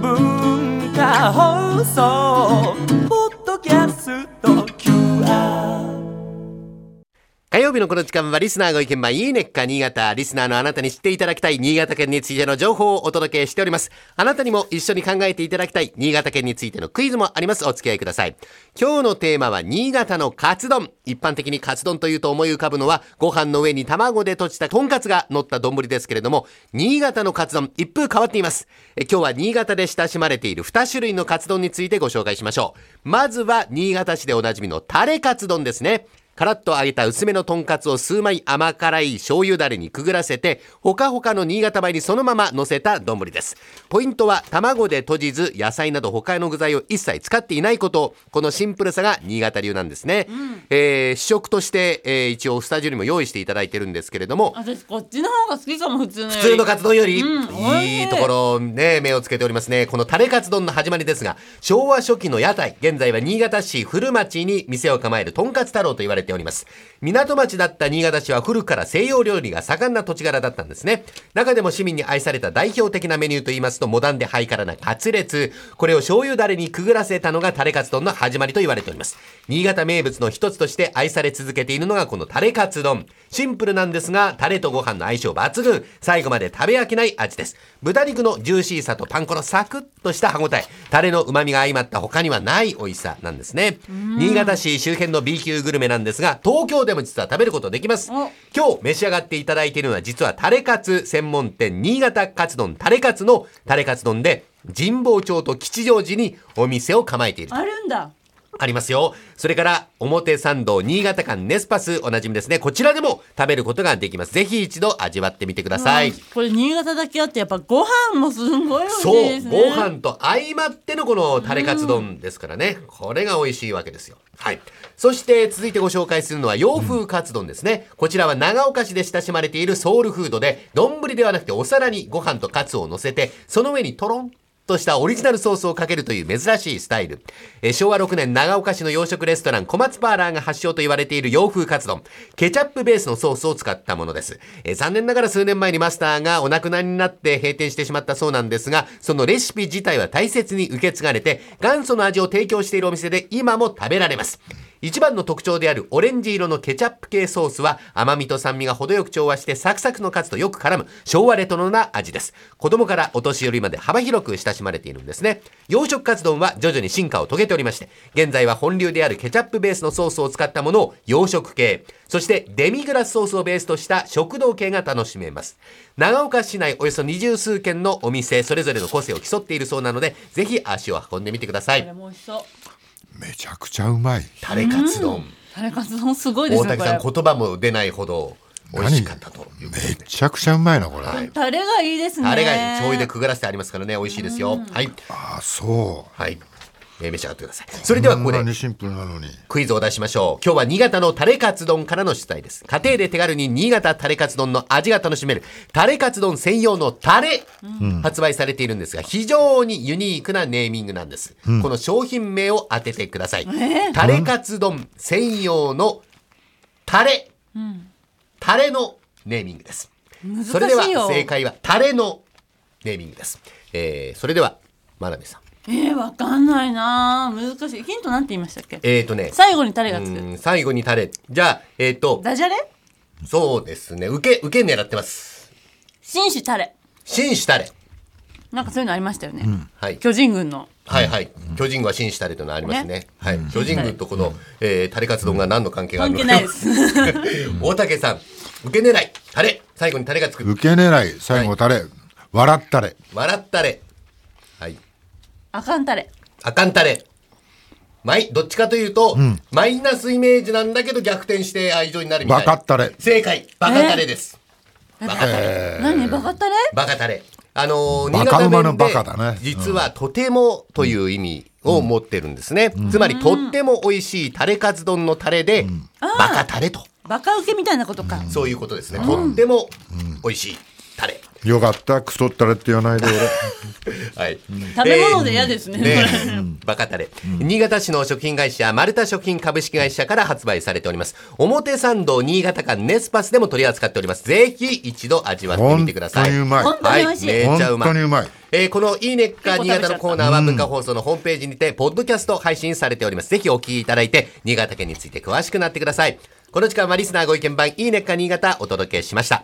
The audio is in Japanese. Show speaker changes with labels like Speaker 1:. Speaker 1: 文化放送ポッドキャスト QR
Speaker 2: 火曜日のこの時間はリスナーご意見番いいねっか新潟。リスナーのあなたに知っていただきたい新潟県についての情報をお届けしております。あなたにも一緒に考えていただきたい新潟県についてのクイズもあります。お付き合いください。今日のテーマは新潟のカツ丼。一般的にカツ丼というと思い浮かぶのはご飯の上に卵でとじたとんかつが乗った丼ですけれども、新潟のカツ丼一風変わっています。え今日は新潟で親しまれている2種類のカツ丼についてご紹介しましょう。まずは新潟市でおなじみのタレカツ丼ですね。カラッと揚げた薄めのとんかつを数枚甘辛い醤油だれにくぐらせて、ほかほかの新潟米にそのまま乗せた丼です。ポイントは卵でとじず、野菜など他の具材を一切使っていないこと。このシンプルさが新潟流なんですね。えー試食として、えー一応スタジオにも用意していただいてるんですけれども、
Speaker 3: 私こっちの方が好きかも普通のより
Speaker 2: 普通のカツ丼より、
Speaker 3: うん
Speaker 2: いいところをね目をつけておりますねこのタレカツ丼の始まりですが昭和初期の屋台現在は新潟市古町に店を構えるとんかつ太郎と言われております港町だった新潟市は古くから西洋料理が盛んな土地柄だったんですね中でも市民に愛された代表的なメニューといいますとモダンでハイカラなカツレツこれを醤油だれにくぐらせたのがタレカツ丼の始まりと言われております新潟名物の一つとして愛され続けているのがこのタレカツ丼シンプルなんですがタレとご飯の相性抜群最後まで食べ飽きない味です豚肉のジューシーさとパン粉のサクッとした歯ごたえタレの旨味が相まった他にはない美味しさなんですね新潟市周辺の B 級グルメなんですが東京でも実は食べることできます
Speaker 3: お
Speaker 2: 今日召し上がっていただいているのは実はタレカツ専門店新潟カツ丼タレカツのタレカツ丼で神保町と吉祥寺にお店を構えている
Speaker 3: あるんだ
Speaker 2: ありますよ。それから、表参道新潟間ネスパス、おなじみですね。こちらでも食べることができます。ぜひ一度味わってみてください。
Speaker 3: うんこれ新潟だけあってやっぱご飯もすんごい美味しい
Speaker 2: そ
Speaker 3: で
Speaker 2: う、
Speaker 3: すね
Speaker 2: ご飯と相まってのこのタレカツ丼ですからね。これが美味しいわけですよ。はい。そして続いてご紹介するのは洋風カツ丼ですね。こちらは長岡市で親しまれているソウルフードで、丼ではなくてお皿にご飯とカツを乗せて、その上にトロンとしたオリジナルソースをかけるという珍しいスタイル。えー昭和6年長岡市の洋食レストラン小松パーラーが発祥と言われている洋風カツ丼。ケチャップベースのソースを使ったものです。えー残念ながら数年前にマスターがお亡くなりになって閉店してしまったそうなんですが、そのレシピ自体は大切に受け継がれて、元祖の味を提供しているお店で今も食べられます。一番の特徴であるオレンジ色のケチャップ系ソースは甘みと酸味が程よく調和してサクサクのカツとよく絡む昭和レトロな味です。子供からお年寄りまで幅広く親しまれているんですね。洋食カツ丼は徐々に進化を遂げておりまして、現在は本流であるケチャップベースのソースを使ったものを洋食系、そしてデミグラスソースをベースとした食堂系が楽しめます。長岡市内およそ二十数軒のお店、それぞれの個性を競っているそうなので、ぜひ足を運んでみてくださ
Speaker 3: これ
Speaker 2: い。
Speaker 3: も美味しそう
Speaker 4: めちゃくちゃうまい
Speaker 2: タレカツ丼。
Speaker 3: タレカツ丼すごいです
Speaker 2: 大
Speaker 3: ね
Speaker 2: 竹
Speaker 3: こ
Speaker 2: さ
Speaker 3: れ
Speaker 2: ん言葉も出ないほど美味しかったということ
Speaker 4: め
Speaker 2: で。
Speaker 4: ちゃくちゃうまいなこれ、
Speaker 3: タレがいいですね
Speaker 2: あれが醤油でくぐらせてありますからね美味しいですよ。はい
Speaker 4: あそ
Speaker 2: はい、えー召し上がってください。そうれではここ
Speaker 4: んな
Speaker 2: で
Speaker 4: にシンプルなのに
Speaker 2: クイズを出しましょう。今日は新潟のタレカツ丼からの出題です。家庭で手軽に新潟タレカツ丼の味が楽しめる、タレカツ丼専用のタレ、発売されているんですが、非常にユニークなネーミングなんです。この商品名を当ててください。タレカツ丼専用のタレ、タレのネーミングです。
Speaker 3: 難しいよ
Speaker 2: それでは正解はタレのネーミングです。えーそれでは、真鍋さん。
Speaker 3: えー、わかんないな難しいヒントなんて言いましたっけ
Speaker 2: えーとね、
Speaker 3: 最後にタレがつ
Speaker 2: う
Speaker 3: く
Speaker 2: ん最後にタレ。じゃあ、えっ、と、
Speaker 3: ダジャレ
Speaker 2: そうですね。受け、受け狙ってます。
Speaker 3: 紳士タレ
Speaker 2: 紳士タレ。
Speaker 3: なんかそういうのありましたよね、
Speaker 2: はい。
Speaker 3: 巨人軍の
Speaker 2: はいはい。巨人軍は紳士タレというのはありますね。
Speaker 3: ね
Speaker 2: はい。巨人軍とこの、えータレカツ丼が何の関係がある
Speaker 3: 関
Speaker 2: の
Speaker 3: 係
Speaker 2: か。
Speaker 3: ないです
Speaker 2: 大竹さん、受け狙い、タレ。最後にタレがつく。
Speaker 4: 受け狙い最後タレ、笑ったれ
Speaker 2: 笑ったれ。はい。
Speaker 3: あかんタレ
Speaker 2: あかんタレ。マイ、どっちかというと、マイナスイメージなんだけど逆転して愛情になるみた
Speaker 4: バ
Speaker 2: い
Speaker 4: カ
Speaker 2: な。
Speaker 4: ったれ
Speaker 2: 正解。バカタレです。バカタレ。
Speaker 3: 何バカタレ
Speaker 2: バカタレ。あのー、
Speaker 4: バ
Speaker 2: 新
Speaker 4: カ
Speaker 2: 潟
Speaker 4: 馬
Speaker 2: 弁
Speaker 4: の
Speaker 2: で
Speaker 4: バカだね
Speaker 2: 実はとてもという意味を持ってるんですね。つまり、とっても美味しいタレカツ丼のタレで、バカタレと。
Speaker 3: バカ受けみたいなことか、
Speaker 2: そういうことですね。とっても美味しいタレ。
Speaker 4: よかった、くそったれって言わないで俺。
Speaker 2: はい、
Speaker 3: 食べ物で嫌ですね
Speaker 2: ねバカタレ、新潟市の食品会社丸太食品株式会社から発売されております表参道新潟間ネスパスでも取り扱っておりますぜひ一度味わってみ
Speaker 4: 本
Speaker 2: てくだ
Speaker 4: 当
Speaker 2: さい
Speaker 4: にうまい。
Speaker 3: 本当に美味しい
Speaker 2: はめっちゃうまい
Speaker 4: 本当にうまい
Speaker 2: えーこの「いいねっか
Speaker 3: 結構食
Speaker 2: 新
Speaker 3: べちゃった
Speaker 2: 潟」のコーナーは文化放送のホームページにてポッドキャスト配信されておりますぜひお聞きいただいて新潟県について詳しくなってくださいこの時間はリスナーご意見番「いいねっか新潟」お届けしました